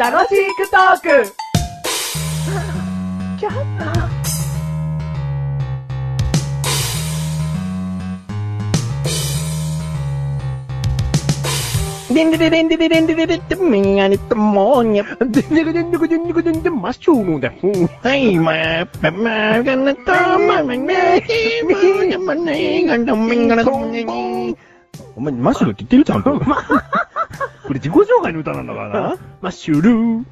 楽しくトークでんでででんでででんでででってみんなにともにゃ。でんでででんででんででんでマッシュルだ。はい、まあ、まあ、まあ、がなと、まあ、まあ、まあ、まあ、まあ、まあ、まあ、まあ、まあ、まあ、お前、マッシュルって言ってるちゃんと。これ自己紹介の歌なんだから な。マッシュルー。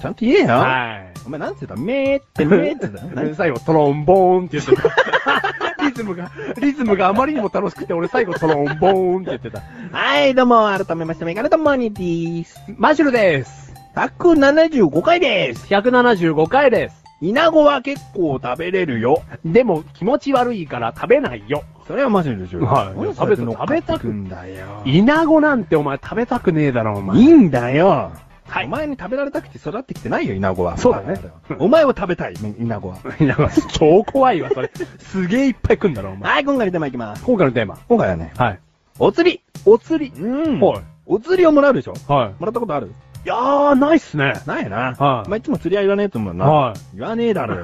ちゃんと言えよ。はお前、なんつっためーって、めーって言っい。たよ。 で最後、トロンボーンって言ってた。 リズムが、リズムがあまりにも楽しくて、俺最後トロンボーンって言ってた。はい、どうも、改めまして、メガネとモニティーす。マッシュルです。 175回です。 175回です。稲子は結構食べれるよ。でも、気持ち悪いから食べないよ。それはマジでしょ。はい俺食べたそうやって乗っかってくんだよ。いイナゴなんてお前食べたくねえだろ、お前。いんだよ。はいお前に食べられたくて育ってきてないよ、稲子は。そうだね。お前を食べたい、稲 子は。イナゴ、超怖いわ、それ。すげえいっぱい来んだろ、お前。はい、今回のテーマいきます。今回のテーマ。今回はね、はい。お釣り。お釣り。うんはい。お釣りをもらうでしょはもらったことあるい。いやー、ないっすね。ないな。はいまあ、いつも釣りは言わねえと思うな。は言わねえだ ろ。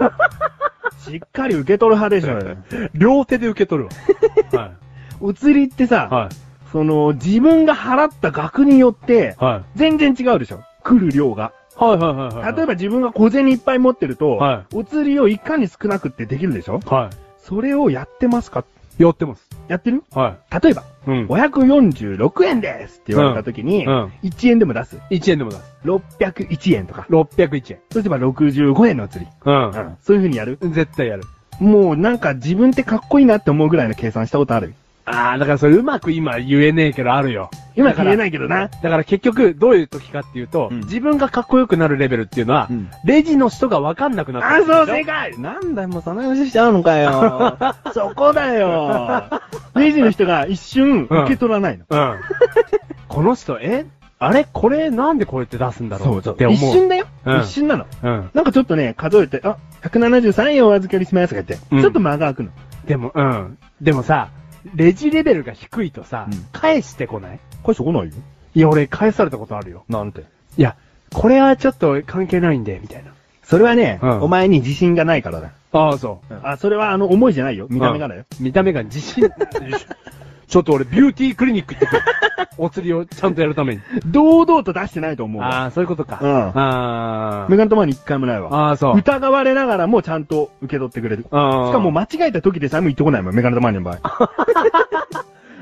しっかり受け取る派でしょよ。い。両手で受け取るわ。 はお釣りってさ、い。はその、自分が払った額によってい。、はい。全然違うでしょ来る量が。はいはいはいはい。例えば自分が小銭いっぱい持ってると、はお釣りをいかに少なくってできるでしょば、はそれをやってますかい。やってます。やってるは例えば、い。うん。 546円ですって言われた時に、うん。 1円でも出す。 1円でも出す。 601円とか。 601円。そうすれば65円のお釣り。うん。そういう風にやる絶対やる。もうなんか自分ってかっこいいなって思うぐらいの計算したことある。あー、だからそれうまく今言えねえけどあるよ。今だか言らえないけどな。だから結局、どういう時かっていうと、うん自分がかっこよくなるレベルっていうのは、うんレジの人がわかんなくなってあ、くるでしょそう、正解なんだよ、もうその話しちゃうのかよ。 そこだよ。レジの人が一瞬受け取らないの。うん。 この人、えあれこれなんでこうやって出すんだろうって思う。一瞬だよ、うん一瞬なの。うん。なんかちょっとね、数えて、あ、173円お預けしますとか言って、うんちょっと間が空くの。でも、うん。でもさ、レジレベルが低いとさ、うん返してこない返してこないよ。いや、俺返されたことあるよ。なんて。いや、これはちょっと関係ないんで、みたいな。それはね、うんお前に自信がないからだ。ああ、そう。あ、それはあの、思いじゃないよ。見た目がだよ。見た目が 自信。ちょっと俺、ビューティークリニック行ってくる。お釣りをちゃんとやるために。堂々と出してないと思うわ。ああ、そういうことか。うんあメガネとまに一回もないあ。わ。ああ、そう。疑われながらもちゃんと受け取ってくれる。しああ。かも、間違えた時でさえも言ってこないもん、メガネとマニの場合。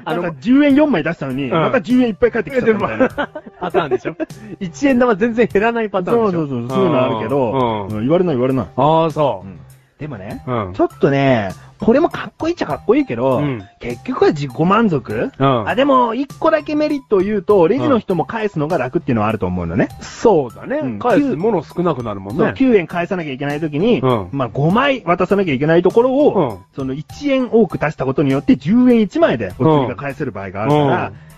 ああのの、10円4枚出したのに、んまた10円いっぱい返ってきちゃったみたいな。 パターンでしょ ?1 円玉全然減らないパターそンでうしそょうそう、そういうのあるけど、ううんん言われない言われない。ああ、そう。でもね、うん。ちょっとね、これもかっこいいっちゃかっこいいけど、うん結局は自己満足、うんあ、でも、一個だけメリットを言うと、レジの人も返すのが楽っていうのはあると思うのね。そうだね、うん返すもの少なくなるもんそう、ね。 9円返さなきゃいけない時に、うんまあ5枚渡さなきゃいけないところを、うんその1円多く足したことによって10円1枚でお釣りが返せる場合があるから、うん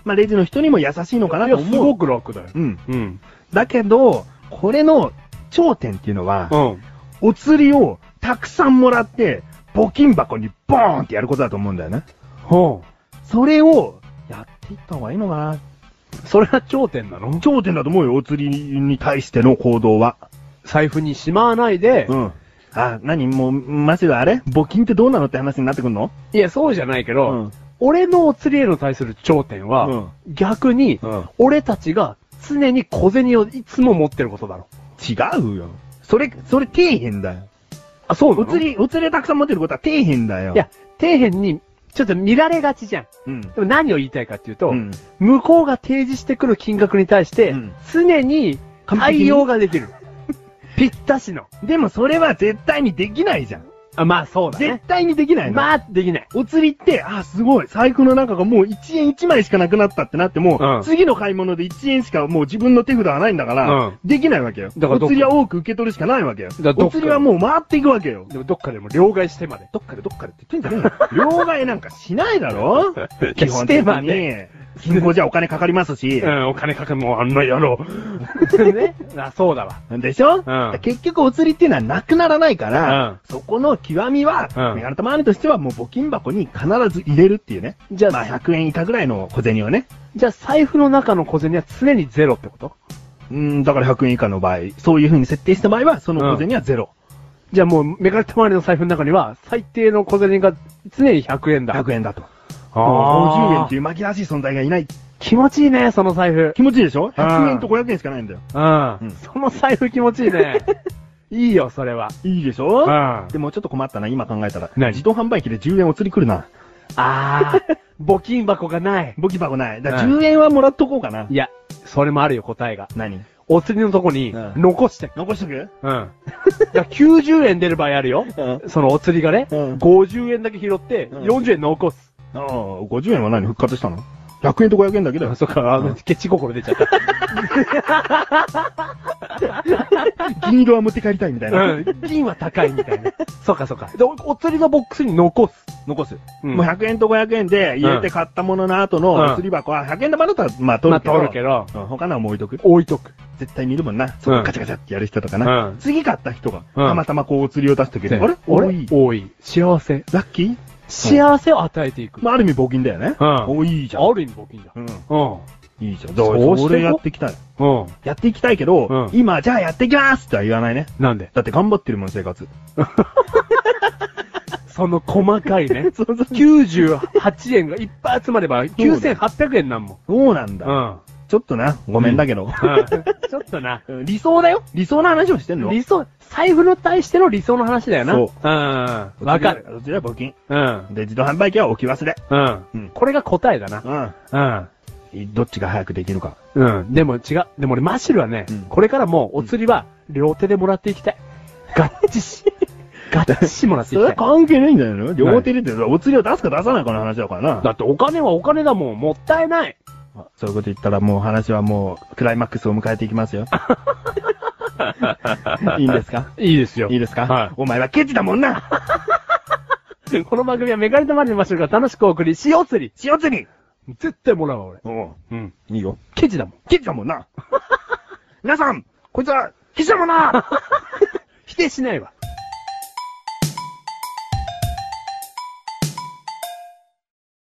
まあレジの人にも優しいのかないとや、思う。すごく楽だよ。うん。うん。だけど、これの頂点っていうのはう、ん。お釣りをたくさんもらって、募金箱にボーンってやることだと思うんだよね。ほそれを、やっていった方がいいのかな。う。それが頂点なの頂点だと思うよ、お釣りに対しての行動は。財布にしまわないで、ん。あ、何もう、マジであれ募金ってどうなのって話になってくんのいや、そうじゃないけど、うん俺のお釣りへの対する頂点は、うん逆に、うん俺たちが常に小銭をいつも持ってることだろ。違うよ。それ、それ底辺だよ。あ、そうなのお釣り、お釣りをたくさん持ってることは底辺だよ。いや、、底辺に、ちょっと見られがちじゃん。うん。でも何を言いたいかっていうと、うん向こうが提示してくる金額に対して、うん常に完璧に対応ができる。ぴったしの。でもそれは絶対にできないじゃん。あまあそうだ絶ね。対にできないの。まあ、できない。お釣りって、あ、すごい。財布の中がもう1円1枚しかなくなったってなっても、うん次の買い物で1円しかもう自分の手札はないんだから、うんできないわけよ。だからどっかお釣りは多く受け取るしかないわけよからどっ。かお釣りはもう回っていくわけよ。でもどっかでも両替してまで。 どっかでどっかでって言ってんじゃねえよ。両替なんかしないだろ基本的してまにで。銀行じゃお金かかりますしう、ん、お金かけもうあんな野郎。 ね。あ、そうだわ。でしょ、うん結局お釣りっていうのはなくならないから、うんそこの極みは、うんメガネタマーニとしてはもう募金箱に必ず入れるっていうね。じゃあ、まあ100円以下ぐらいの小銭をね。じゃあ財布の中の小銭は常にゼロってことうん、だから100円以下の場合、そういう風に設定した場合は、その小銭はゼロ。じゃあもう、メガネたまりの財布の中には、最低の小銭が常に100円だ。 100円だと。もう50円あっていう紛らわしい存在がいない。気持ちいいね、その財布。気持ちいいでしょ ?100 円と500円しかないんだよ。うん。うんその財布気持ちいいね。 いいよ、それは。いいでしょあでもちょっと困ったな、今考えたら。何自動販売機で10円お釣り来るな。あー、募金箱がない。簿記箱ない。だからうん10円はもらっとこうかな。いや、それもあるよ、答えが。何お釣りのとこにう、ん残してく。残しとくうん。だから90円出る場合あるよ。うん。そのお釣りがね、うん50円だけ拾って、うん40円残す。ああ、50円は何復活したの ?100 円と500円だけだよあ、。そっか、あの、ケチ心出ちゃった。銀色は持って帰りたいみたいな。うん、銀は高いみたいな。そうかそうか。で、おお釣りのボックスに残す。残す。うんもう100円と500円で入れて買ったものの後のうんお釣り箱は100円玉だったら、まあ取るまあ、けど。取るけど、うん他のはもう置いとく。置いとく。絶対見るもんな。そううんガチャガチャってやる人とかうな。ん。次買った人が、うんたまたまこうお釣りを出すときに、あれ俺多い。多い。幸せ。ラッキー幸せを与えていく。まあある意味募金だよね。うん多いじゃん。ある意味募金だ。うん。うん。いいじゃん。だかそうしていこらうそれやっていきたい。うん。やっていきたいけど、うん今、じゃあやってきますとは言わないね。なんでだって頑張ってるもん、生 活。。その細かいね そうそう98円がいっぱい集まれば9800円なんもん。そうなんだ。ん。うん。ちょっとな、ごめんだけど。 ちょっとな。理想だよ理想の話をしてんの理想、財布に対しての理想の話だよな。そううん。わかる。。そちらは募金。うん。で、自動販売機は置き忘れ。うん。うんこれが答えだな。ううん。ん。どっちが早くできるか。うん。でも違う。でも俺、マシルはね、うんこれからもお釣りは両手でもらっていきたい。ガッチ し、ガッチしもらっていそきれた。はい関係ないんじゃないの両手でって、お釣りを出すか出さないかの話だからな。だってお金はお金だもん。もったいない。あそういうこと言ったらもう話はもう、クライマックスを迎えていきます よ。いいんですかいいですよいいですかはお前はケチだもん ない。この番組はメガネたまりのマシルが楽しくお送り、塩釣り。塩釣り絶対もらうわ、俺。おううん。いいよ。ケチだもん。ケチだも んな皆さん、こいつは、ケチだもんな否定しないわ。